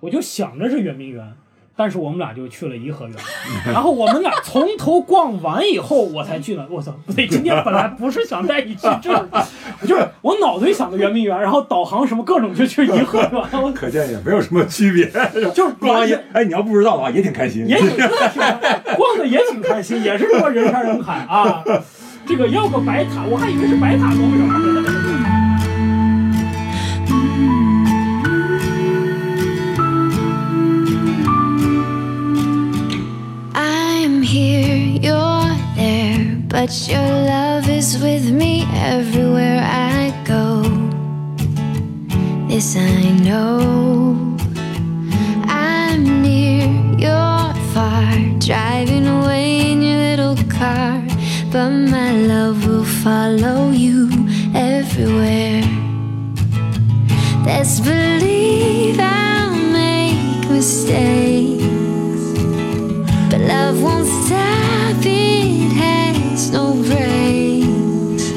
我就想着是圆明园，但是我们俩就去了颐和园，然后我们俩从头逛完以后，我才去的。我操，不对，今天本来不是想带你去这儿， 我就是我脑子里想的圆明园，然后导航什么各种就去颐和园了， 可见也没有什么区别。我 就是逛完也全，哎，你要不知道的话也挺开心。也挺热情的，逛的也挺开心，也是这么人山人海啊。这个要个白塔，我还以为是白塔广场呢。 I'm here, you're there, but your love is with me everywhere I go. This I know. I'm near, you're far, driving away in your little car, but my love will follow you everywhere. Let's believe I'll make mistakes. But love won't stop, it has no brakes.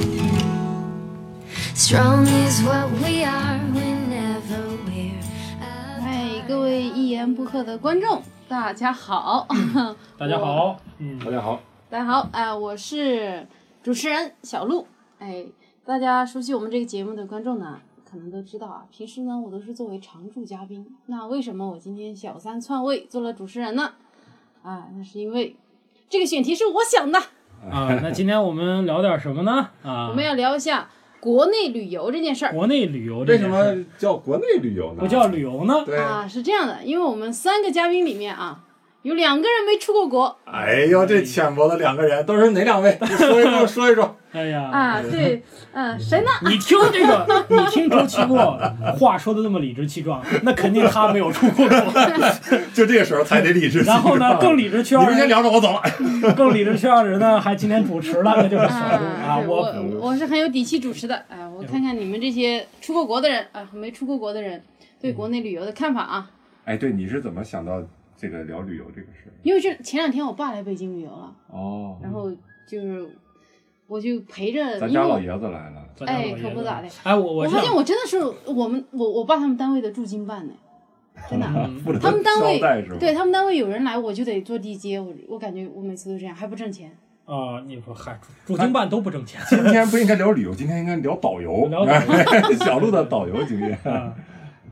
Strong is what we are whenever we're 嗨 apart.，各位一言不合的观众，大家好， 大家好，嗯，大家好，大家好，哎、我是主持人小鹿，哎，大家熟悉我们这个节目的观众呢，可能都知道啊，平时呢我都是作为常驻嘉宾，那为什么我今天小三篡位做了主持人呢？啊，那是因为这个选题是我想的，啊，那今天我们聊点什么呢？啊，我们要聊一下国内旅游这件事儿。国内旅游这为件什事么叫国内旅游呢？不叫旅游呢？对，啊，是这样的，因为我们三个嘉宾里面啊，有两个人没出过国哎呦，这浅薄的两个人都是哪 两位？你说一说，说一说。哎呀，啊，对，嗯、谁呢？你听这个，你听周奇墨话说的那么理直气壮，那肯定他没有出 过国。就这个时候才得理智。然后呢，更理直气你壮们先的，聊着，我走了。更理直气壮的人呢，还今天主持了，那就是小鹿 啊。 啊，对我我我是很有底气主持的，哎、我看看你们这些出过国的人啊，没出过国的人对国内旅游的看法啊，哎，对，你是怎么想到这个聊旅游这个事儿？因为这前两天我爸来北京旅游了，哦，然后就是我就陪着，咱因家为老我爷子来了。咱家老哎爷子可不咋的哎，我我我这发样现我真的是我们我我爸他们单位的驻京办呢，真的。嗯不能他们单位招待是吧？对他们单位有人来，我就得坐地接，我我感觉我每次都这样，还不挣钱。啊，你说嗨，驻京办都不 挣钱。今天不应该聊旅游，今天应该聊导游。聊导 小鹿的导游经验。啊，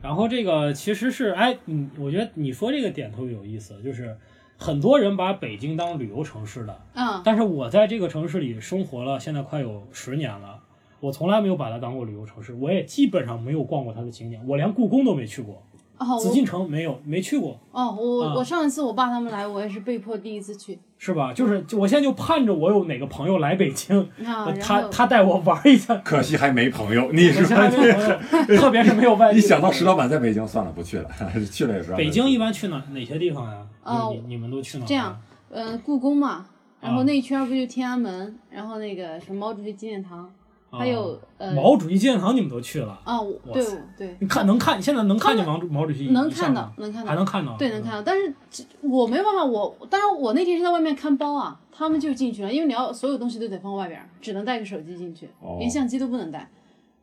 然后这个其实是哎，你我觉得你说这个点特别有意思，就是很多人把北京当旅游城市的，嗯，但是我在这个城市里生活了，现在快有十年了，我从来没有把它当过旅游城市，我也基本上没有逛过它的景点，我连故宫都没去过，哦，紫我禁城没有没去过，哦，我、啊我上一次我爸他们来，我也是被迫第一次去是吧？就是就我现在就盼着我有哪个朋友来北京，呃啊。然他后他带我玩一下，可惜还没朋友，你我 是现在吧？没有朋 友，特别是没有外地一的想到朋友嗯石老板在北京，算了，不去了，去了也不让他去。北京一般去哪哪些地方呀？哦你你你们都去哪儿啊？这样嗯、呃故宫嘛，然啊后那一圈儿不就天安门，然后那个什么毛主席纪念堂，啊，还有呃毛主席纪念堂，你们都去了？啊，我哇对塞我对，你看能看，现在能看见毛主毛主席遗能像看到吗，能看还到，能嗯看到，对，能看到。但是这我没有办法，我当然我那天是在外面看包啊，他们就进去了，因为你要所有东西都得放外边儿，只能带个手机进去。哦连相机都不能带。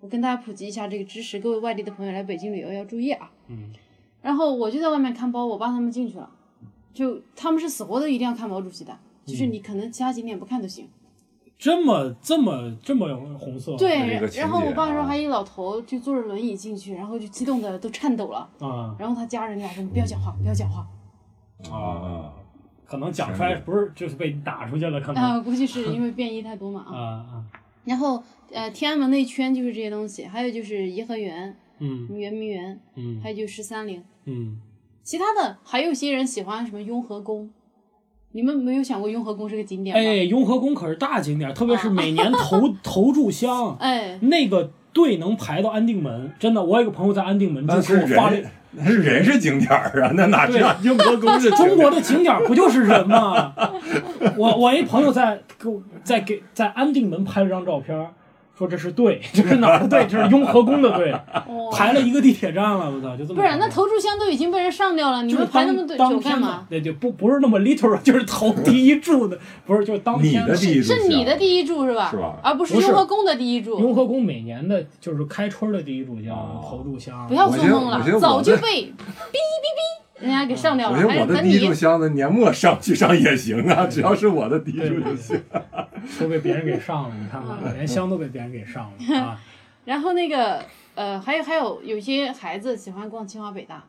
我跟大家普及一下这个知识，各位外地的朋友来北京旅游要注意啊。嗯。然后我就在外面看包，我爸他们进去了，就他们是死活都一定要看毛主席的，嗯就是你可能其他景点不看都行。这么这么这么红色，哦这对是一个，情然后节我爸说啊还有一老头就坐着轮椅进去，然后就激动的都颤抖了。啊然后他家人俩说：“你不要讲话，不要讲话。啊，可能讲出来不是就是被打出去了，嗯可能啊啊，估计是因为变异太多嘛啊。啊然后呃，天安门那一圈就是这些东西，还有就是颐和园、嗯圆明园，嗯还有就是十三陵。嗯，其他的还有些人喜欢什么雍和宫，你们没有想过雍和宫是个景点吗？哎，雍和宫可是大景点，特别是每年 投投注箱哎，那个队能排到安定门，真的，我有一个朋友在安定门就那给是我发了人，那是人是景点儿啊，那哪是英国公 是景点中国的景点不就是人吗？ 我我一朋友在给我在给在安定门拍了张照片，说这是队，这是哪儿的队？这是雍和宫的 队，哦排了一个地铁站了，我操，就这么不是那投注箱都已经被人上掉了，你就是们排那当么多当久天干的嘛？？对对，不不是那么 literal，就是 投第一注的，不是就是当你天的第一炷是你香的第一注是吧？是吧而啊不是不是雍和宫的第一注。雍和宫每年的就是开春的第一�柱香、哦投炷香，不要我做觉得梦我觉得了，我早这就被哔哔哔人家给上掉我了，觉还得我是的哎等第一炷你香呢，年末上去上也行啊，只要是我的第一炷就 行。都被别人给上了，你看嗯看，连香都被别人给上了 啊！然后那个呃，还有还有有些孩子喜欢逛清华北大，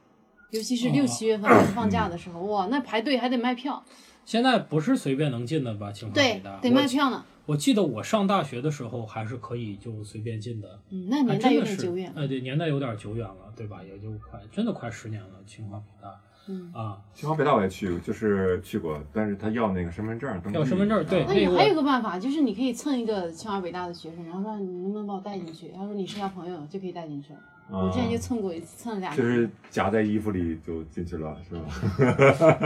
尤其是哦六七月份放假的时候，哇，那排队还得卖票，现在不是随便能进的吧？清华北对大，，得卖票呢。我。我记得我上大学的时候还是可以就随便进的，嗯，那啊年代真有的点是久远。嗯呃，对，年代有点久远了，对吧？也就快真的快十年了，清华北大，嗯啊，清华北大我也去过，就是去过，但是他要那个身份证儿登记，啊要身份证儿对那那你个还有个办法，就是你可以蹭一个清华北大的学生，然后说你能不能把我带进去？他说你是他朋友就可以带进去。我之前就蹭过一次，蹭了俩就人。是夹在衣服里就进去了，是吧？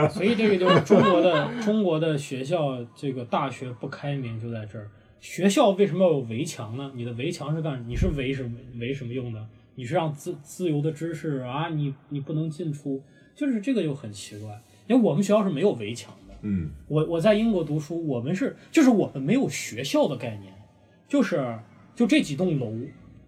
所以这个就是中国的中国的学校，这个大学不开明就在这儿。学校为什么要有围墙呢？你的围墙是干，你是围什么围什么用的？你是让自自由的知识啊，你你不能进出，就是这个就很奇怪。因为我们学校是没有围墙的，嗯，我我在英国读书，我们是就是我们没有学校的概念，就是就这几栋楼，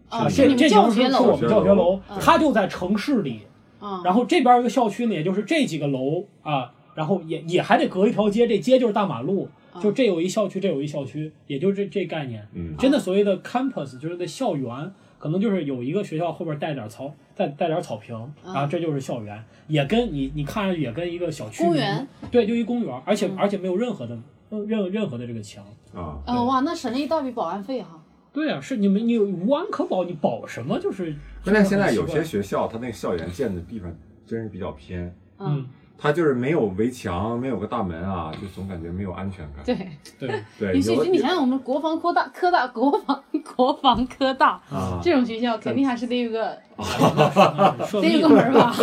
啊，这你这们几教栋学是是我楼们教学楼嗯，它就在城市里，啊，然后这边一个校区呢，也就是这几个楼啊，然后也也还得隔一条街，这街就是大马路，嗯就这有一校区，这有一校区，也就这这概念。嗯真的所谓的 campus 就是的校园，可能就是有一个学校后边带点草，带带点草坪，嗯然后这就是校园，也跟你你看上去也跟一个小区公园，嗯对，就一公园，而且、而且没有任何的呃任任何的这个墙。啊，啊哇，那省了一大笔保安费哈。对啊，是你们你无安可保，你保什么？就是关键现在很奇有怪些学校，它那个校园建的地方真是比较偏，嗯，它就是没有围墙，没有个大门啊，就总感觉没有安全感。对，对，对，你是哎有你想想，我们国防科大科大国防国防科大啊，嗯这种学校，肯定还是得有个说得明有个门儿吧？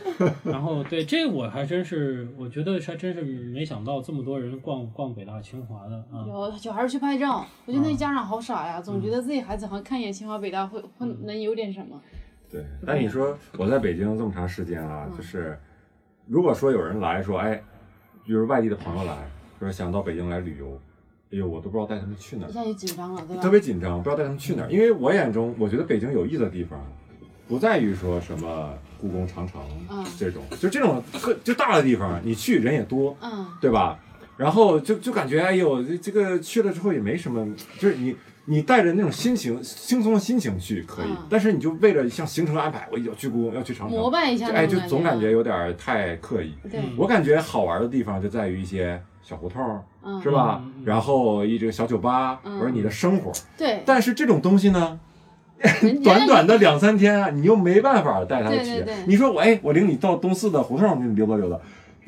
然后对这我还真是，我觉得还真是没想到这么多人逛逛北大清华的啊。有小孩儿去拍照，我觉嗯得那家长好傻呀，总觉得自己孩子好像看一眼清华北大会会嗯能有点什么。对，但你说我在北京这么长时间啊，就是如果说有人来说，哎，比如外地的朋友来，就是想到北京来旅游，哎呦，我都不知道带他们去哪一儿，下就紧张了，对吧特？别紧张，不知道带他们去哪儿。因为我眼中，我觉得北京有意思的地方，不在于说什么故宫、长城嗯这种，就这种特就大的地方，你去人也多，嗯，对吧？然后就就感觉哎呦，这这个去了之后也没什么，就是你你带着那种心情轻松的心情去可以，嗯但是你就为了像行程安排，我要去故宫，要去长城，膜拜一下就那哎，就种总感感觉觉有点儿太刻意。对，我感觉好玩的地方就在于一些小胡同儿，嗯是吧嗯嗯？嗯然后一这个小酒吧，嗯或者你的生活。对，但是这种东西呢，人短短的两三天啊，你又没办法带他对去对体验。对你说我哎，我领你到东四的胡同，给你溜达溜达，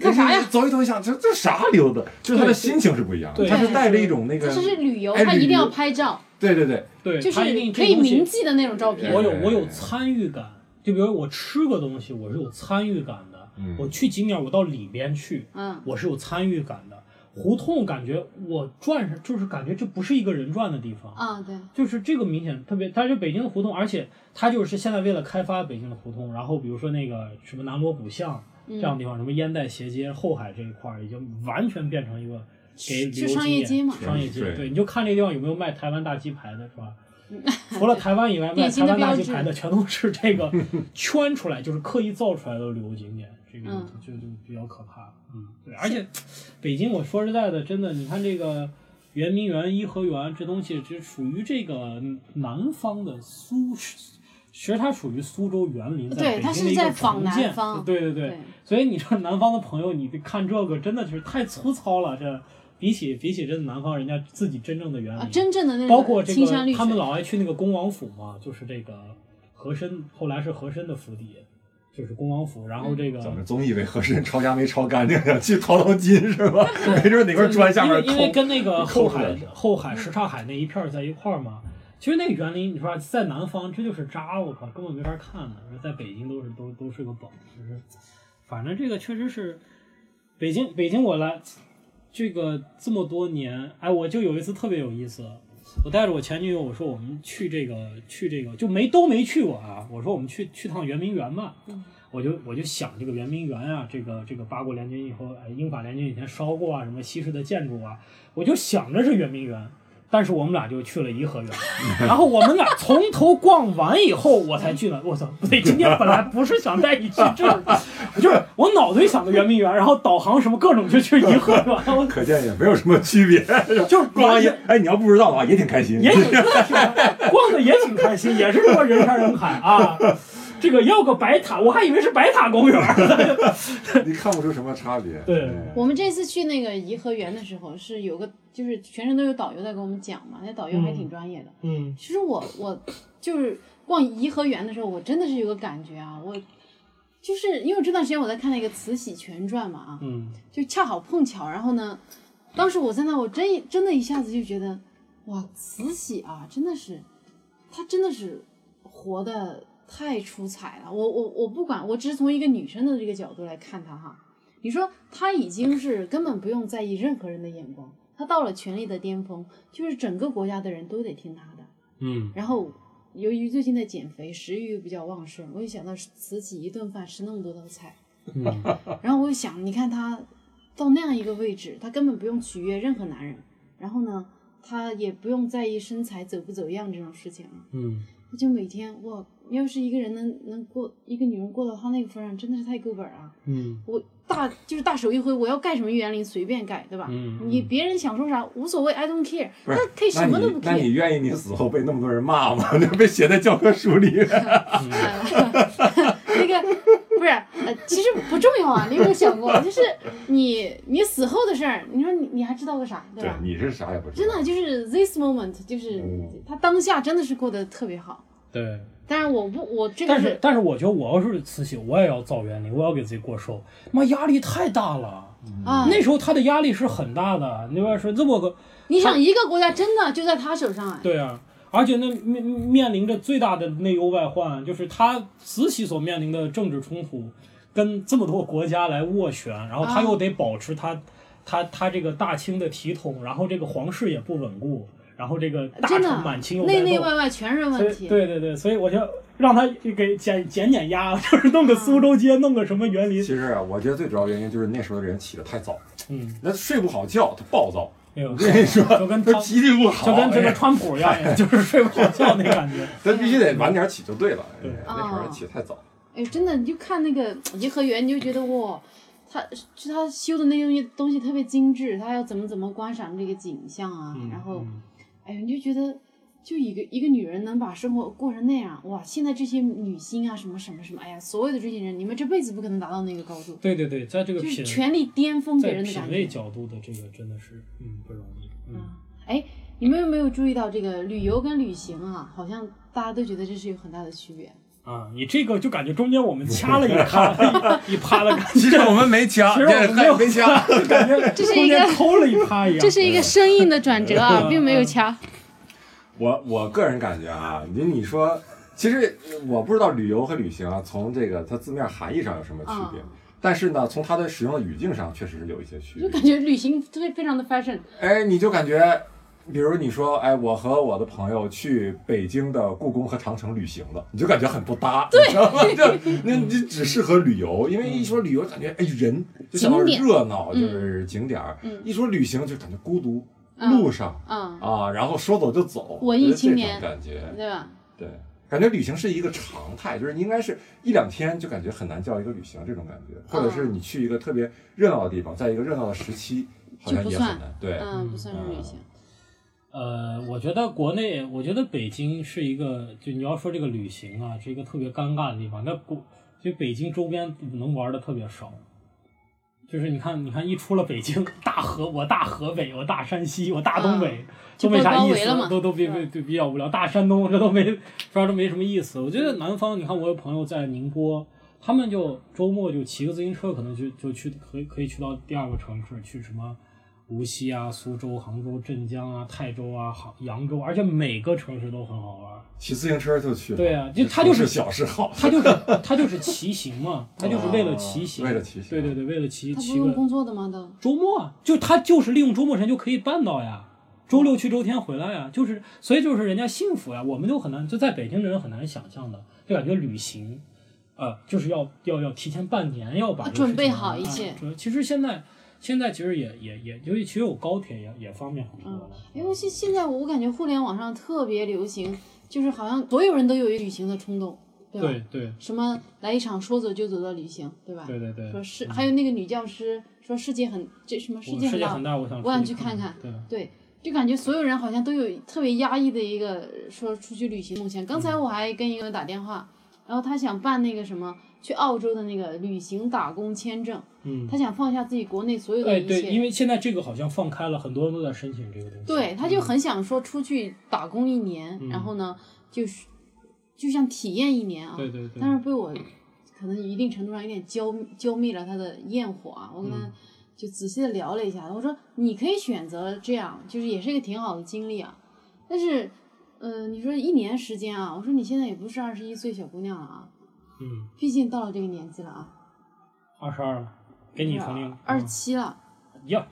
干啥呀人家哎走一走一想，这这啥溜达？就是他的对心情是不一样的，对他是带着一种那个这，是旅游，哎他旅一定要游拍照，对对对，对，就是它一定可这以东西铭记的那种照片。我有我有参与感，就比如我吃个东西，我是有参与感的。嗯我去景点，我到里边去，嗯我是有参与感的。胡同感觉我转上，就是感觉这不是一个人转的地方，啊，对，就是这个明显特别，它是北京的胡同，而且它就是现在为了开发北京的胡同，然后比如说那个什么南锣鼓巷嗯这样的地方，什么烟袋斜街、后海这一块儿，已经完全变成一个给旅游是商业景街点嘛商业街对对，你就看这地方有没有卖台湾大鸡排的，是吧？除了台湾以 外，卖典台型嗯的湾大标鸡志排的全都是这个圈出来，就是刻意造出来的旅游景点，这个嗯就就就比较可怕。嗯，对，而且北京，我说实在的，真的，你看这个圆明园、颐和园这东西，这属于这个南方的苏，其实它属于苏州园林，对北它京是的一在个仿重南建方对对对，对所以你这南方的朋友，你看这个真的是太粗糙了，这比起比起这南方人家自己真正的园林，啊，真正的那包括种这青山绿个，水。他们老爱去那个恭王府嘛，就是这个和珅，后来是和珅的府邸，就是恭王府，然后这个。咱们综艺为和珅抄家没抄干净，想去掏掏金是吧？没准哪块砖下面因为因为抠。跟那个后抠出来海了后海什刹海那一片儿在一块儿嘛。其实那个园林，你说在南方这就是渣，我靠，根本没法看的。说在北京都是都都是个宝，就是反正这个确实是北京北京我来这个这么多年，哎，我就有一次特别有意思，我带着我前女友，我说我们去这个去这个就没都没去过啊，我说我们去去趟圆明园吧。我就我就想这个圆明园啊，这个这个八国联军以后，哎，英法联军以前烧过啊，什么西式的建筑啊，我就想着是圆明园，但是我们俩就去了颐和园，然后我们俩从头逛完以后，我才去了。我操，不对，今天本来不是想带你去这儿，就是我脑子里想的圆明园，然后导航什么各种就去颐和园，我可见也没有什么区别。 就是逛完完也全，哎，你要不知道的话也挺开心。也挺逛的也挺开心，也是说人山人海啊。这个也有个白塔，我还以为是白塔公园儿。你看不出什么差别。对嗯我们这次去那个颐和园的时候，是有个就是全程都有导游在给我们讲嘛，那导游还挺专业的。嗯，其实我我就是逛颐和园的时候，我真的是有个感觉啊，我就是因为这段时间我在看那个《慈禧全传》嘛啊，嗯，就恰好碰巧，然后呢，当时我在那，我真真的一下子就觉得，哇，慈禧啊，真的是，她真的是活的太出彩了。我我我不管，我只是从一个女生的这个角度来看她哈。你说她已经是根本不用在意任何人的眼光，她到了权力的巅峰，就是整个国家的人都得听她的。嗯，然后由于最近在减肥，食欲又比较旺盛，我就想到慈禧一顿饭吃那么多道菜，嗯，然后我就想，你看她到那样一个位置，她根本不用取悦任何男人，然后呢，她也不用在意身材走不走样这种事情啊，嗯，她就每天哇，要是一个人能能过一个女人过到她那个份儿上，真的是太够本儿啊！嗯，我大就是大手一挥，我要盖什么园林随便盖，对吧？嗯你别人想说啥无所谓，I don't care，不是她可以什么都不那你那你 care。愿意你死后被那么多人骂吗？ 那被写在教科书里。啊 那个不是，呃，其实不重要啊。你有没有想过，就是你你死后的事儿，你说你你还知道个啥，对吧？你是啥也不知真道。的就是 this moment，就是嗯他当下真的是过得特别好。对。但是我不，我这个但是，但是我觉得我要是慈禧，我也要造园林，我要给自己过瘦，妈压力太大了。啊，那时候他的压力是很大的，那边是这么个，你想一个国家真的就在他手上哎，对啊，而且那面面临着最大的内忧外患，就是他慈禧所面临的政治冲突，跟这么多国家来斡旋，然后他啊又得保持他、他他这个大清的体统，然后这个皇室也不稳固，然后这个大真臣的满清又在内内斗外外全是所问以题。对对对，所以我就让他给减减减压， 就是弄个苏州街，弄个什么园林其，实啊，我觉得最主要原因就是那时候的人起得太早，嗯，那睡不好觉，他暴躁。哎呦，我跟你说，就跟他他脾气不好，就跟这哎个川普一样， 就是睡不好觉那感觉。咱必须得晚点起就对了。哎对那时候起得太早，哎，真的，你就看那个颐和园，你就觉得哇，他就他修的那些东西东西特别精致，他要怎么怎么观赏这个景象啊，嗯然后，哎呀，你就觉得。就一个一个女人能把生活过成那样，哇！现在这些女星啊，什么什么什么，哎呀，所有的这些人，你们这辈子不可能达到那个高度。 对对对，在这个就品是权力巅峰给在人的品感味觉。角度的这个真的是嗯不容易，嗯嗯，哎，你们有没有注意到这个旅游跟旅行啊，好像大家都觉得这是有很大的区别。啊，你这个就感觉中间我们掐了一 趴一一趴的感觉，其实我们没掐， 其实我们没有没掐，就感觉这是中一个间抠了一趴一样。这是一个生硬的转 折啊，并没有掐。我我个人感觉啊，你你说，其实我不知道旅游和旅行啊，从这个它字面含义上有什么区别，嗯但是呢，从它的使用的语境上确实是有一些区就别。感觉旅行非非常的 fashion，哎，你就感觉，比如你说，哎，我和我的朋友去北京的故宫和长城旅行了，你就感觉很不搭，对，你知道吗？就 那你只适合旅游，因为一说旅游，感觉哎人就想到景点热闹，就是景点儿；嗯一说旅行，就感觉孤独，嗯路上嗯，啊，然后说走就走，文艺就是这青种年感觉，对吧？嗯对，感觉旅行是一个常态，就是应该是一两天就感觉很难叫一个旅行这种感觉，或者啊是你去一个特别热闹的地方，在一个热闹的时期，好像就不也算很难。对，嗯，不算是旅行。呃，我觉得国内，我觉得北京是一个，就你要说这个旅行啊，是一个特别尴尬的地方。那国就北京周边能玩的特别少，就是你看，你看一出了北京， 大河我大河北，我大山西，我大东北，就都没啥被包意围了嘛思，都都比比比比较无聊。大山东这都没，说都没什么意思。我觉得南方，你看我有朋友在宁波，他们就周末就骑个自行车，可能就就去可以可以去到第二个城市，去什么无锡啊、苏州、杭州、镇江啊、泰州啊、杭扬州，而且每个城市都很好玩。骑自行车就去了。对啊就它就是城市小是好， 他就是他就是骑行嘛，他就是为了骑行，哦 为了骑行对对对，为了骑他不骑用个工作的吗？都周末啊，就他就是利用周末时间就可以办到嗯呀。周六去，周天回来呀，就是所以就是人家幸福呀，我们就很难，就在北京的人很难想象的，就感觉旅行，呃，就是要要要提前半年要把这个啊准备事情好安一排切对其实现在现在其实也也也，尤其其实有高铁也也方便很多了。嗯因为现现在我感觉互联网上特别流行，就是好像所有人都有一个旅行的冲动。吧？对对什么来一场说走就走的旅行，对吧？对对对，嗯说世还有那个女教师说世界很这什么世我界世很界大很，大，我想我想去去看看。对，对，就感觉所有人好像都有特别压抑的一个说出去旅行梦想。刚才嗯我还跟一个人打电话，然后他想办那个什么去澳洲的那个旅行打工签证，嗯，他想放下自己国内所有的哎一对，因切。为现在这个好像放开了，很多人都在申请这个东西。对，他就很想说出去打工一年，嗯然后呢，就是就想体验一年啊。嗯对对对，但是被我可能一定程度上有点浇浇灭了他的焰火啊。我跟嗯他就仔细的聊了一下，我说你可以选择这样，就是也是一个挺好的经历啊。但是，呃，你说一年时间啊，我说你现在也不是二十一岁小姑娘了啊，嗯，毕竟到了这个年纪了啊，二十二了，给你同龄嗯二十七了。一样。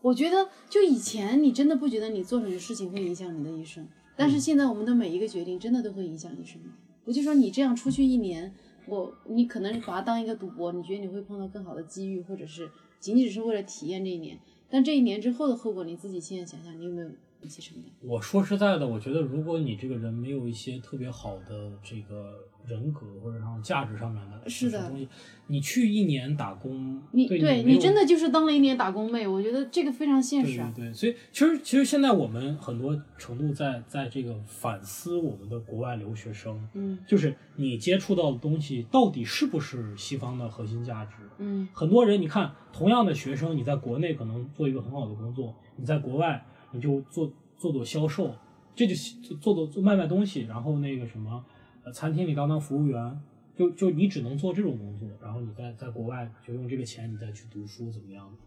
我觉得，就以前你真的不觉得你做什么事情会影响你的一生，但嗯是现在我们的每一个决定真的都会影响一生。我就说你这样出去一年，我你可能把它当一个赌博，你觉得你会碰到更好的机遇，或者是仅仅是为了体验这一年，但这一年之后的后果你自己现在想想，你有没有勇气承担？我说实在的，我觉得如果你这个人没有一些特别好的这个人格或者上价值上面的是的这种东西，你去一年打工，你对没你有真的就是当了一年打工妹，我觉得这个非常现对实对啊。对，所以其实其实现在我们很多程度在在这个反思我们的国外留学生，嗯就是你接触到的东西到底是不是西方的核心价值？嗯，很多人你看，同样的学生，你在国内可能做一个很好的工作，你在国外你就做做做销售，这就就做做做卖卖东西，然后那个什么，呃，餐厅里当当服务员，就就你只能做这种工作，然后你在在国外就用这个钱你再去读书怎么样的？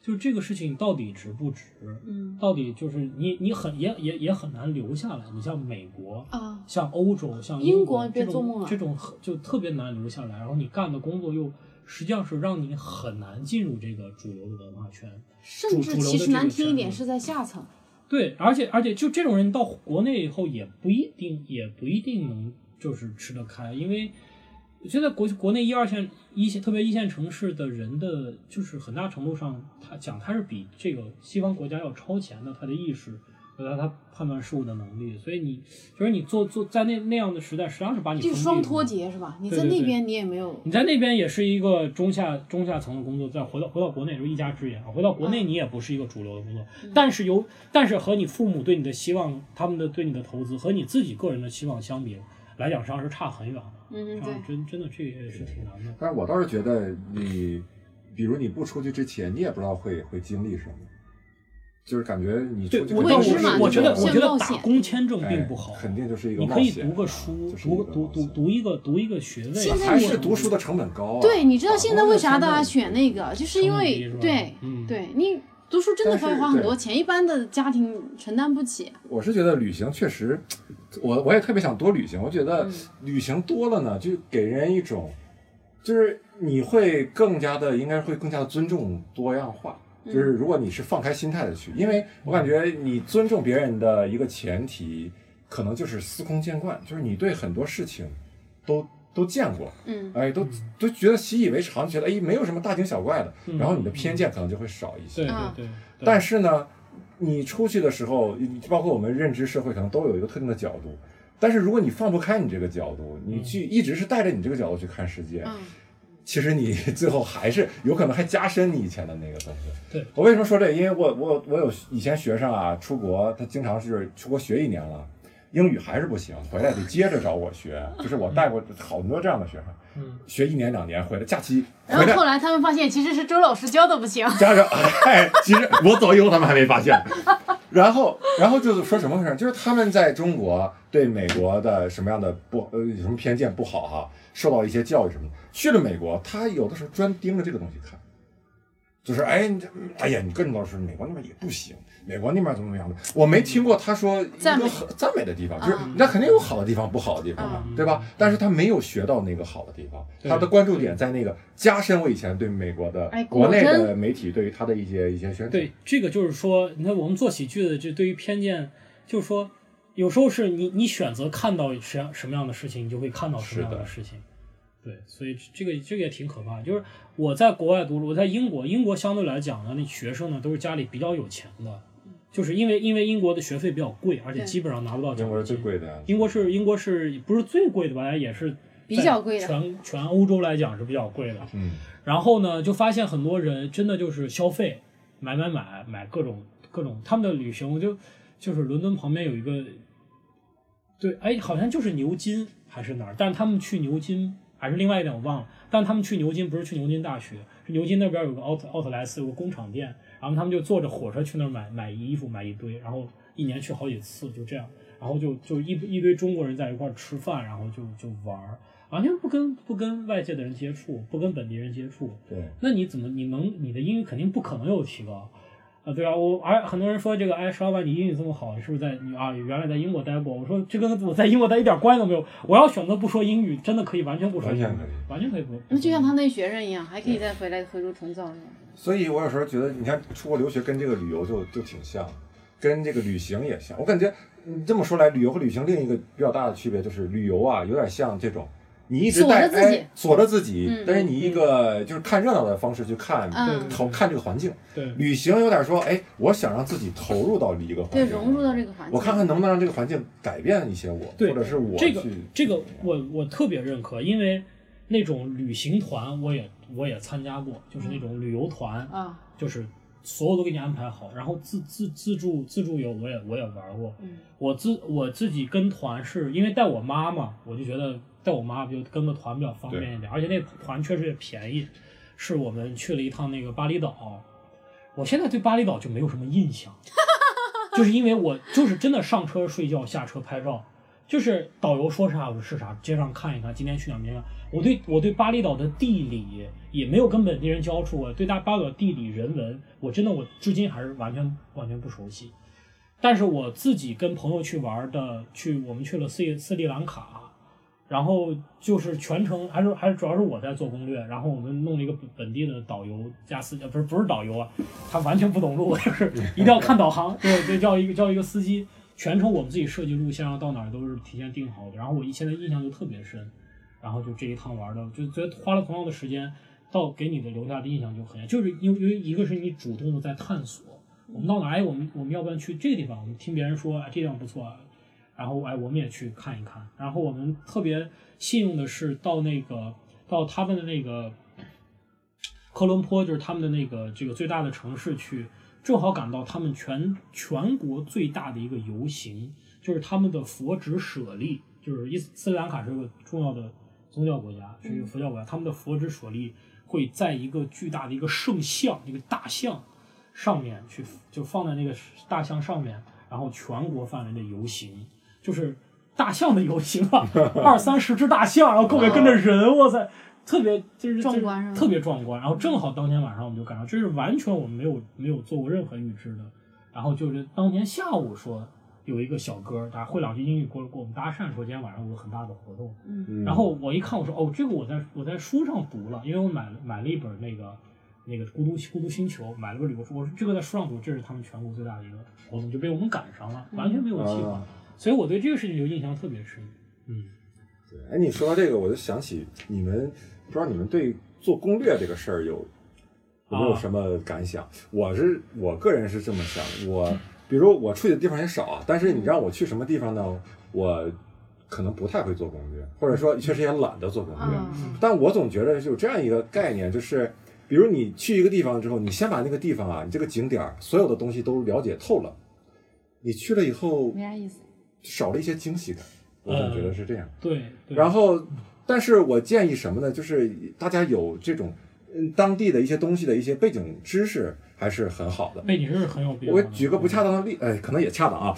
就是这个事情到底值不值？嗯到底就是你你很也也也很难留下来。你像美国，啊，像欧洲、像英国国这别种做梦啊了这种很就特别难留下来。然后你干的工作又实际上是让你很难进入这个主流的文化圈。甚主至流的其实这难个听一权点利是在下层。对，而且而且就这种人到国内以后也不一定也不一定能就是吃得开，因为我觉得国国内一二线一线特别一线城市的人的，就是很大程度上他讲他是比这个西方国家要超前的，他的意识。和他判断事物的能力，所以你就是你做做在那那样的时代，实际上是把你就是封双闭住脱的节是吧？你对在对那对边你也没有你在那边也是一个中下中下层的工作，再回到回到国内就是一家之言啊。回到国内嗯你也不是一个主流的工作，但是由但是和你父母对你的希望，他们的对你的投资和你自己个人的期望相比来讲，实际上是差很远的。嗯啊对。真真的这个也是挺难的。但我倒是觉得你，比如你不出去之前，你也不知道会会经历什么，就是感觉你对出去我肯未倒定我知是是一个嘛哎我觉得就是我觉得冒险打工签证并不好，哎肯定就是一个你冒可以险啊读个书，就是一读个读冒读险啊读一个读一个学位，现在还你是读书的成本高啊。对，你知道现在为啥大家选？选那个，就是因成本为低是吧对嗯对，你读书真的可以花很多钱，一般的家庭承担不起。我是觉得旅行确实，我我也特别想多旅行。我觉嗯得旅行多了呢，就给人一种，就是你会更加的，应该会更加尊重多样化。嗯就是如果你是放开心态的去，因为我感觉你尊重别人的一个前提，可能就是司空见惯，就是你对很多事情都都见过，嗯，哎，都都觉得习以为常，觉得哎没有什么大惊小怪的，然后你的偏见可能就会少一些对。对啊对，对但是呢，你出去的时候，包括我们认知社会，可能都有一个特定的角度。但是如果你放不开你这个角度，你去一直是带着你这个角度去看世界，嗯其实你最后还是有可能还加深你以前的那个东西。对我为什么说这个？因为我我我有以前学生啊，出国他经常是出国学一年了，英语还是不行，回来得接着找我学。就是我带过好多这样的学生，嗯学一年两年回来，假期然回来后后来他们发现其实是周老师教的不行。家长，哎，其实我走以后他们还没发现。然后，然后就是说什么回事？就是他们在中国对美国的什么样的不呃有什么偏见不好哈、受到一些教育什么的。去了美国，他有的时候专盯着这个东西看，就是哎，你这哎呀，你跟着老师，美国那边也不行，美国那边怎么怎么样的。我没听过他说一赞美个很赞美的地方，就是啊嗯那肯定有好的地方，不好的地方嘛，对吧？但是他没有学到那个好的地方，对他的关注点在那个加深我以前对美国的哎国内果真的媒体对于他的一些一些宣传。对，这个就是说，你看我们做喜剧的，这对于偏见，就是说，有时候是你你选择看到什样什么样的事情，你就会看到什么样是的的事情。对，所以这个这个也挺可怕。就是我在国外读书，我在英国，英国相对来讲呢，那学生呢都是家里比较有钱的，就是因为因为英国的学费比较贵，而且对基本上拿不到英奖国是学最金。贵的，英国是英国是不是最贵的吧？也是比在较贵的全全欧洲来讲是比较贵的。嗯，然后呢，就发现很多人真的就是消费，买买买买各种各种，他们的旅行就就是伦敦旁边有一个，对，哎，好像就是牛津还是哪儿，但是他们去牛津还是另外一点我忘了，但他们去牛津不是去牛津大学，是牛津那边有个奥特奥特莱斯有个工厂店，然后他们就坐着火车去那儿买买衣服买一堆，然后一年去好几次，就这样，然后就就一一堆中国人在一块儿吃饭，然后就就玩儿。完全不跟不跟外界的人接触，不跟本地人接触，对，那你怎么你能你的英语肯定不可能有提高啊？对啊，我而很多人说这个，哎，石老板你英语这么好，你是不是在你啊原来在英国待过？我说这跟我在英国待一点关系都没有。我要选择不说英语，真的可以完全不说完英语，全可以。完全可以不。那就像他那学生一样，还可以再回来回炉重造一下。所以我有时候觉得，你看出国留学跟这个旅游就就挺像，跟这个旅行也像。我感觉你这么说来，旅游和旅行另一个比较大的区别就是，旅游啊有点像这种，你一直锁带着自己哎锁着自己，嗯但是你一个就是看热闹的方式去看，嗯投看这个环境。对旅行有点说，哎，我想让自己投入到一个环对，境，融入到这个环境。我看看能不能让这个环境改变一些我，对或者是我这个去这个我我特别认可，因为那种旅行团我也我也参加过，就是那种旅游团，啊，就是所有都给你安排好，然后自自自助自助游我也我也玩过，嗯我自我自己跟团是因为带我妈嘛，我就觉得带我妈就跟个团比较方便一点，而且那个团确实也便宜。是我们去了一趟那个巴厘岛，我现在对巴厘岛就没有什么印象，就是因为我就是真的上车睡觉，下车拍照，就是导游说啥我是啥，街上看一看，今天去哪儿明天去哪儿。我对我对巴厘岛的地理也没有跟本地人接触过，对大巴厘岛地理人文，我真的我至今还是完全完全不熟悉。但是我自己跟朋友去玩的，去我们去了斯里斯里兰卡，然后就是全程还是还是主要是我在做攻略，然后我们弄了一个本本地的导游加司呃不是不是导游啊，他完全不懂路，就是一定要看导航，对对，叫一个叫一个司机，全程我们自己设计路线，然后到哪儿都是提前定好的。然后我一现在印象就特别深，然后就这一趟玩的，就觉得花了同样的时间，到给你的留下的印象就很，就是因为因为一个是你主动的在探索，我们到哪儿，哎，我们我们要不然去这个地方？我们听别人说，哎，这地方不错，啊，然后哎，我们也去看一看。然后我们特别信用的是到那个到他们的那个科伦坡，就是他们的那个这个最大的城市去，正好赶到他们全全国最大的一个游行，就是他们的佛指舍利，就是伊斯斯里兰卡是个重要的宗教国家，是一个佛教国家，他们的佛指舍利会在一个巨大的一个圣像，一个大像。上面去，就放在那个大象上面，然后全国范围的游行，就是大象的游行啊，二三十只大象，然后后面跟着人，哇塞，特别就是壮观是就吗是特别壮观。然后正好当天晚上我们就赶上，这是完全我们没有没有做过任何预知的。然后就是当天下午说有一个小哥，他会两句英语过来给我们搭讪，说今天晚上有个很大的活动，嗯然后我一看，我说哦，这个我在我在书上读了，因为我买了买了一本那个那个《孤独孤独星球》，买了本旅游书。我说这个在书上读，这是他们全国最大的一个活动，就被我们赶上了，完全没有计划，啊所以我对这个事情就印象特别深。嗯，对，哎，你说到这个，我就想起你们，不知道你们对做攻略这个事儿有有没有啊什么感想？我是我个人是这么想，我比如我去的地方也少，啊但是你让我去什么地方呢？我可能不太会做攻略，或者说确实也懒得做攻略。嗯啊，但我总觉得有这样一个概念，就是比如你去一个地方之后，你先把那个地方啊，你这个景点儿所有的东西都了解透了，你去了以后没啥意思。少了一些惊喜感。我总觉得是这样。对对。然后，但是我建议什么呢？就是大家有这种嗯当地的一些东西的一些背景知识还是很好的。被你是很有必要的。我举个不恰当的例，哎，可能也 恰当啊。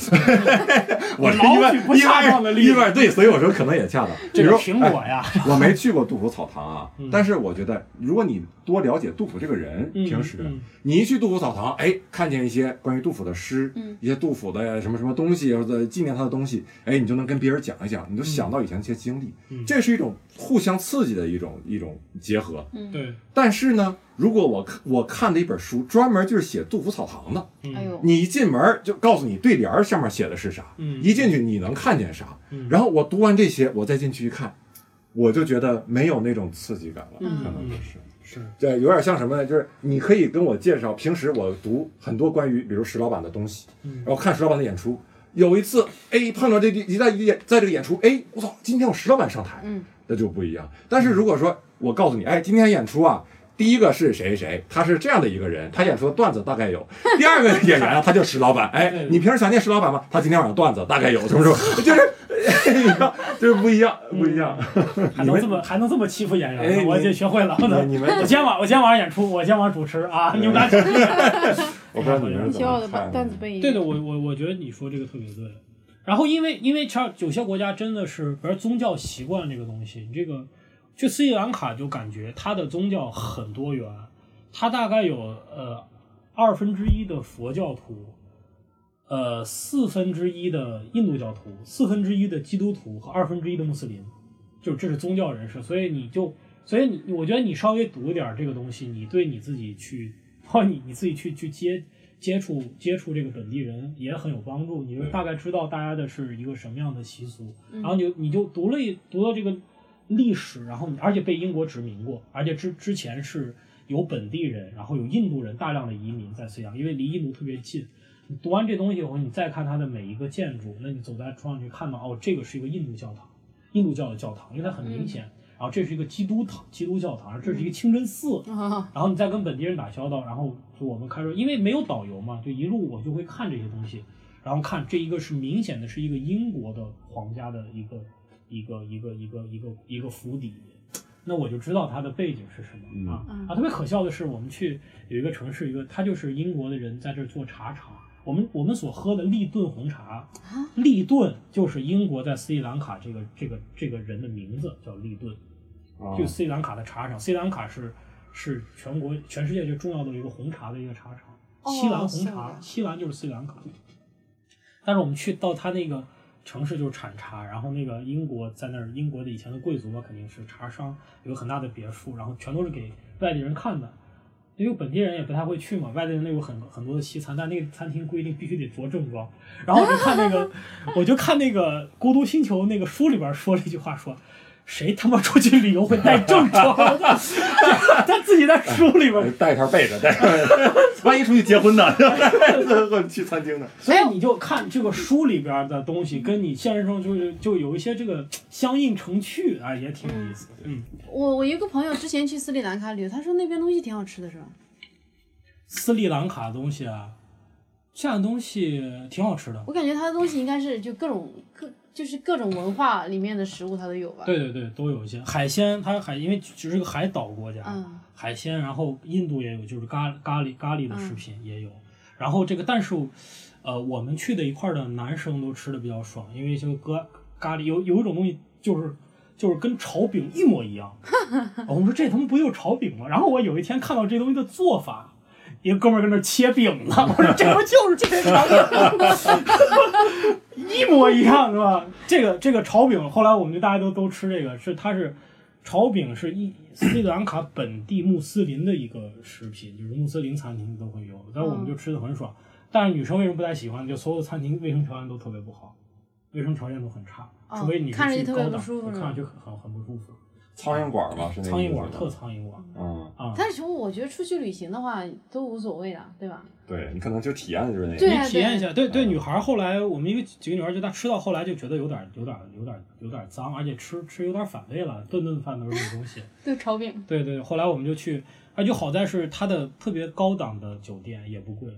我是老意外举不恰当的例子意外意外对，所以我说可哎能也恰当。这比个如苹果呀， 我没去过杜甫草堂啊嗯，但是我觉得，如果你多了解杜甫这个人，嗯平时嗯你一去杜甫草堂，哎，看见一些关于杜甫的诗，嗯一些杜甫的什么什么东西，或者纪念他的东西，哎，你就能跟别人讲一讲，你就想到以前一些经历，嗯这是一种互相刺激的一种一种结合。对，但是呢，如果我看我看的一本书，专门就是写杜甫草堂的，嗯哎呦，你一进门就告诉你对联儿上面写的是啥，嗯一进去你能看见啥，嗯然后我读完这些，我再进去一看，我就觉得没有那种刺激感了，嗯可能就是。是对，有点像什么呢？就是你可以跟我介绍，平时我读很多关于比如石老板的东西，嗯然后看石老板的演出。有一次，哎，碰到这一在一演，在这个演出，哎，我操，今天有石老板上台，嗯，那就不一样。但是如果说我告诉你，哎，今天演出啊，第一个是谁谁谁，他是这样的一个人，他演出的段子大概有；第二个演员啊，他叫石老板，哎，你平时想念石老板吗？他今天晚上段子大概有什么什么，就是你看就是 不一样，不一嗯样。还能这么还能这么欺负演员哎呢，我你也学会了。我你 们我今天晚我今天晚上演出，我今天晚上主持啊，你们俩主持。我不知道你们是你怎学我么嗯的看段段子背影。对的，我我我觉得你说这个特别对。然后因为因为像有些国家真的是，比如宗教习惯这个东西，你这个去斯里兰卡就感觉它的宗教很多元，它大概有呃二分之一的佛教徒，呃四分之一的印度教徒，四分之一的基督徒和二分之一的穆斯林，就这是宗教人士，所以你就所以你我觉得你稍微读一点这个东西，你对你自己去或你你自己去去接接触接触这个本地人也很有帮助，你就大概知道大家的是一个什么样的习俗，嗯然后你就你就读了一读到这个历史，然后你而且被英国殖民过，而且之之前是有本地人，然后有印度人大量的移民在绥阳，因为离印度特别近。你读完这东西以后，你再看它的每一个建筑，那你走在窗上去看到，哦，这个是一个印度教堂，印度教的教堂，因为它很明显。然后这是一个基督堂，基督教堂，这是一个清真寺。啊，然后你再跟本地人打交道，然后就我们开始，因为没有导游嘛，就一路我就会看这些东西，然后看这一个是明显的是一个英国的皇家的一个一个一个一个一个一个府邸，那我就知道它的背景是什么啊、嗯啊！特别可笑的是，我们去有一个城市，一个他就是英国的人在这儿做茶厂。我们我们所喝的利顿红茶，利顿就是英国在斯里兰卡这个这个这个人的名字叫利顿，啊就斯里兰卡的茶厂，斯里兰卡是是全国全世界最重要的一个红茶的一个茶厂，哦西兰红是茶的，西兰就是斯里兰卡。但是我们去到他那个城市就是产茶，然后那个英国在那儿，英国的以前的贵族嘛，肯定是茶商，有个很大的别墅，然后全都是给外地人看的。因为本地人也不太会去嘛，外地人那有很很多的西餐，但那个餐厅规定必须得着正装。然后我就看那个，我就看那个《孤独星球》那个书里边说了一句话说。谁他妈出去旅游会带正装？ 他自己在书里边呃带一条被子，带上， 万一出去结婚呢，或者去餐厅呢？哎所以你就看这个书里边的东西，跟你现实中就是就有一些这个相映成趣啊，也挺有意思的。嗯，我我有一个朋友之前去斯里兰卡旅游，他说那边东西挺好吃的，是吧？斯里兰卡的东西啊，这样的东西挺好吃的。我感觉他的东西应该是就各种各就是各种文化里面的食物他都有吧。对对对，都有一些海鲜，它海因为只是个海岛国家，嗯海鲜，然后印度也有，就是咖咖喱咖喱的食品也有。然后这个，但是，呃，我们去的一块儿的男生都吃的比较爽，因为就咖咖喱有有一种东西就是就是跟炒饼一模一样。 哦我们说这他妈不就是炒饼吗？然后我有一天看到这东西的做法。一个哥们儿跟那儿切饼呢， 我说这不就是这炒饼， 一模一样是吧？这个这个炒饼，后来我们就大家都都吃这个，是它是炒饼是一斯里兰卡本地穆斯林的一个食品，就是穆斯林餐厅都会有，但我们就吃的很爽。嗯但是女生为什么不太喜欢？就所有餐厅卫生条件都特别不好，卫生条件都很差，哦除非你是看着去就特高别档不舒服对是吧看上去很很很不舒服。 苍蝇馆嘛，是那苍意蝇思馆吗特苍蝇馆嗯，啊，但是我觉得出去旅行的话都无所谓了，对吧？对你可能就体验的就是那个。对啊你体验一下，对对，女孩儿后来我们一个几个女孩儿就她吃到后来就觉得有点儿有点儿有点儿有点儿脏，而且吃吃有点儿反胃了，顿顿饭都是这个东西。对，炒饼。对对，后来我们就去，啊，就好在是它的特别高档的酒店也不贵，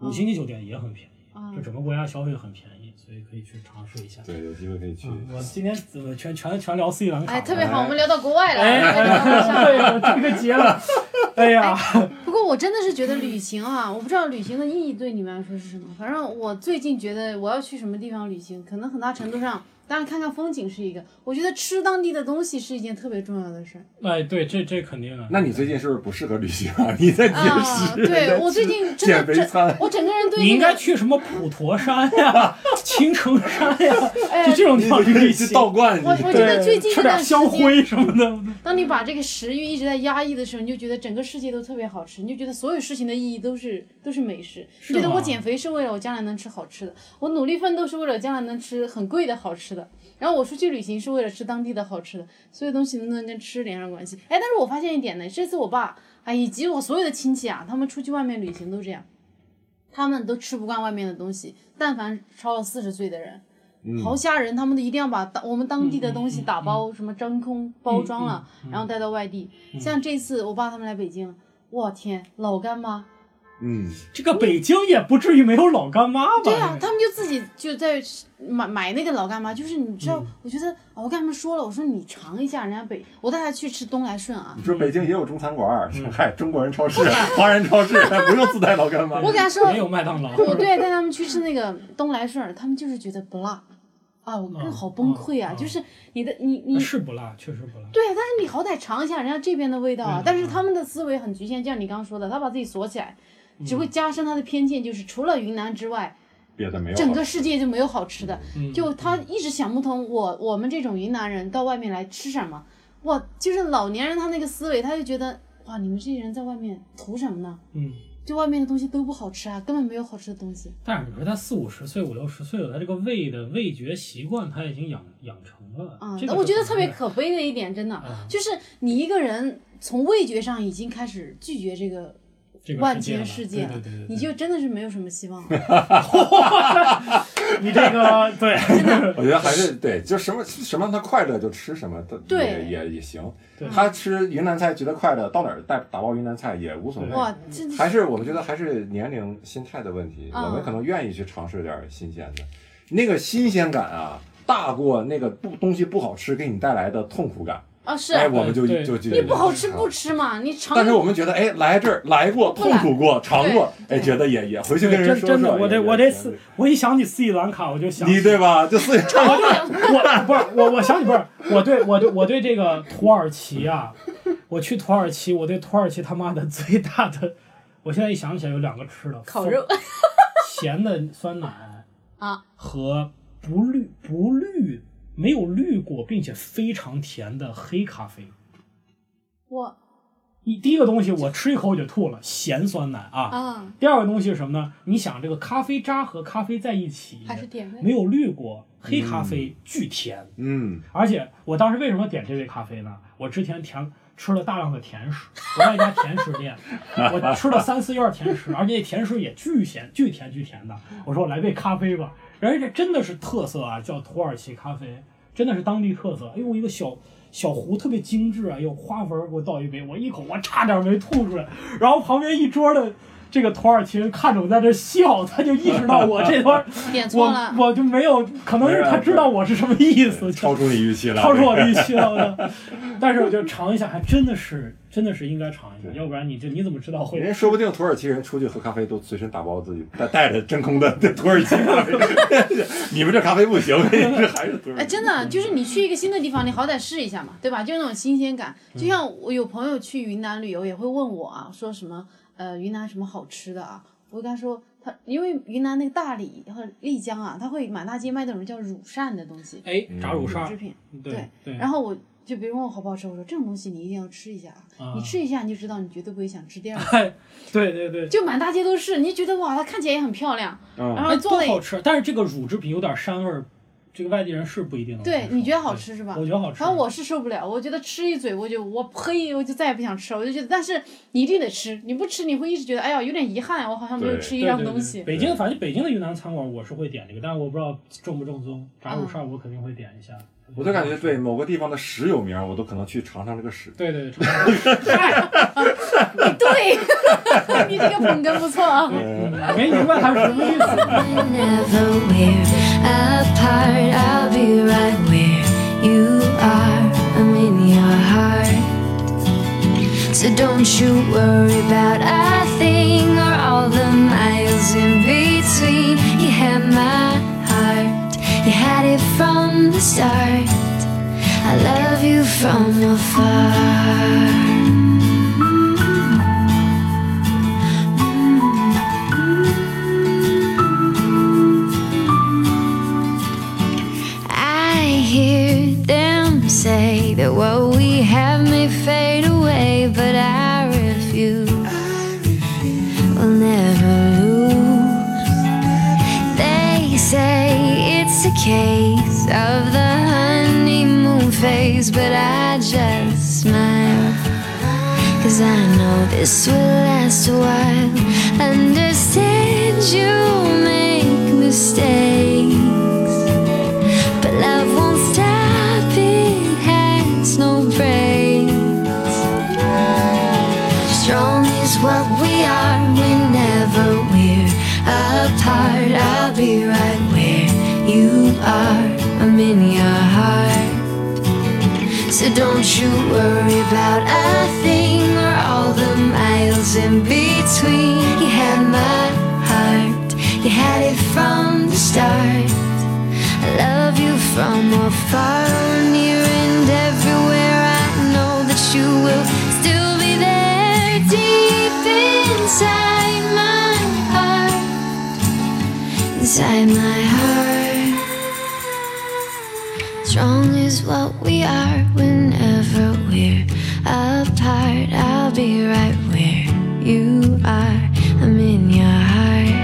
五星级酒店也很便宜，嗯就整个国家消费很便宜，所以可以去尝试一下。对，有机会可以去。嗯我今天怎么全全全聊斯里兰卡了？哎，特别好，我们聊到国外了。哎，哎 哎对，这个结了，哎呀，不过我真的是觉得旅行啊，我不知道旅行的意义对你们来说是什么。反正我最近觉得我要去什么地方旅行，可能很大程度上，当然看看风景是一个，我觉得吃当地的东西是一件特别重要的事儿。哎，对，这这肯定啊。那你最近是不是不适合旅行啊？你在节啊，食，对我最近真减的肥整餐，我整个人对你应那该个去什么普陀山 呀、青城山呀，哎就这 种地方你旅去行。倒灌我去。我觉得最近吃这点段时香间，灰什么的，当你把这个食欲一直在压抑的时候，你就觉得整个世界都特别好吃，你就觉得所有事情的意义都是都是美食。是你觉得吗我减肥是为了我将来能吃好吃的，我努力奋斗是为了将来能吃很贵的好吃吃的。然后我出去旅行是为了吃当地的好吃的，所有东西能不能跟吃连上关系？哎，但是我发现一点呢，这次我爸啊以及我所有的亲戚啊，他们出去外面旅行都这样，他们都吃不惯外面的东西，但凡超了四十岁的人。好吓人！他们都一定要把当我们当地的东西打包，什么真空包装了，然后带到外地。像这次我爸他们来北京，我天，老干妈！嗯，这个北京也不至于没有老干妈吧？对呀、他们就自己就在买买那个老干妈，就是你知道，我觉得啊我跟他们说了，我说你尝一下人家北，我带他去吃东来顺啊，你说北京也有中餐馆儿， 嗨，中国人超市、华人超 市，不用自带老干妈。我给他说，没有麦当劳。啊我对带他们去吃那个东来顺儿，他们就是觉得不辣啊，我看好崩溃啊，嗯嗯就是你的你你啊是不辣，确实不辣。对，但是你好歹尝一下人家这边的味道啊。嗯但是他们的思维很局限，就像你刚刚说的，他把自己锁起来，只嗯会加深他的偏见，就是除了云南之外，别的没有了。啊整个世界就没有好吃的。嗯就他一直想不通我，我们这种云南人到外面来吃什么？哇，就是老年人他那个思维，他就觉得哇，你们这些人在外面图什么呢？嗯，就外面的东西都不好吃啊，根本没有好吃的东西。但是你说他四五十岁、五六十岁了，他这个胃的味觉习惯他已经养养成了。啊、这个就那嗯我觉得特别很可悲的一点，真的、啊就是你一个人从味觉上已经开始拒绝这个这个万千世世界界了了，对对对对你就真的是没有什么希望了。你这个对， 我觉得还是对，就什么什么他快乐就吃什么，他对也也也行对。他吃云南菜觉得快乐，到哪儿带打包云南菜也无所谓。哇，真的还是我们觉得还是年龄、心态的问题，嗯我们可能愿意去尝试点新鲜的，那个新鲜感啊，大过那个不东西不好吃给你带来的痛苦感。啊是，哎，我们就对就就你不好吃不。吃嘛，你尝。但是我们觉得，哎，来这儿来过，不痛来苦过，尝过，对哎，觉得也也回去跟人真说真的，说。我也这也我这也斯，我一想起斯里兰卡，我就想你对吧？就 四我就是我不是我，我想起不是我对我对我对这个土耳其啊，我去土耳其，我对土耳其他妈的最大的，我现在一想起来有两个吃的，烤肉咸的酸奶 啊和不绿不绿没有绿过，并且非常甜的黑咖啡。我一第一个东西我吃一口我就吐了，咸酸奶啊。啊，第二个东西是什么呢？你想这个咖啡渣和咖啡在一起，还是点没味。有绿过，黑咖啡巨甜。 嗯，而且我当时为什么点这杯咖啡呢？我之前甜吃了大量的甜食，我在一家甜食店，我吃了三四样甜食，而且那甜食也巨咸、巨甜、巨甜的。我说我来杯咖啡吧，人家这真的是特色啊，叫土耳其咖啡，真的是当地特色。哎呦，一个小。小壶特别精致啊，有花纹儿，给我倒一杯，我一口我差点没吐出来。然后旁边一桌的这个土耳其人看着我在这笑，他就意识到我这段儿点错我了我就没有，可能是他知道我是什么意思，就超出你预期了，超出我的预期了。我的但是我就尝一下，还真的是，真的是应该尝一下，对要不然你这你怎么知道人家会？说不定土耳其人出去喝咖啡都随身打包自己带带着真空的土耳其咖啡， 你们这咖啡不行， 这还是土耳哎，其。真的，就是你去一个新的地方，你好歹试一下嘛，对吧？就是那种新鲜感。嗯就像我有朋友去云南旅游，也会问我啊，说什么呃云南什么好吃的啊？我跟他说，他因为云南那个大理和丽江啊，他会满大街卖那种叫乳扇的东西，哎，嗯炸乳乳啊扇制儿，品。对对，然后我就别人问我好不好吃，我说这种东西你一定要吃一下啊，啊你吃一下你就知道，你绝对不会想吃第二个。嗨，对对对，就满大街都是，你就觉得哇，它看起来也很漂亮，嗯哎然后做都的好也吃，但是这个乳制品有点膻味儿，这个外地人是不一定能接对，受你觉得好？吃是吧对？我觉得好吃。反正我是受不了，我觉得吃一嘴我就我呸，我就再也不想吃了，我就觉得，但是你一定得吃，你不吃你会一直觉得哎呀有点遗憾，我好像没有对吃对一对样对东西。北京反正北京的云南餐馆我是会点这个，但是我不知道正不正宗。炸嗯乳扇儿我肯定会点一下。我就感觉对某个地方的屎有名，我都可能去尝尝这个屎。对对 对，嗨，对， 你这个捧哏不错啊。没明白他是什么意思。 Whenever we're apart, I'll be right where you are. I'm in your heart. So don't you worry about a thing or all the miles in between. You had my heart, you had it from the start. I love you from afar. I hear them say that what we have may fade away, but I refuse. things, but I just smile. Cause I know this will last a while. Understand you make mistakes, but love won't stop, it has no brakes. Strong is what we are whenever we're apart. I'll be right where you are. I'm in your heart. So don't you worry about a thing or all the miles in between. You had my heart, you had it from the start. I love you from afar or near and everywhere. I know that you will still be there deep inside my heart. Inside my heart. Strong is what we are whenever we're apart. I'll be right where you are. I'm in your heart.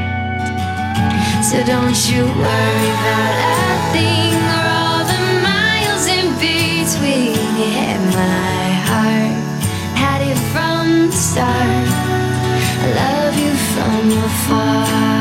So don't you worry about a thing or all the miles in between. You had my heart, had it from the start. I love you from afar.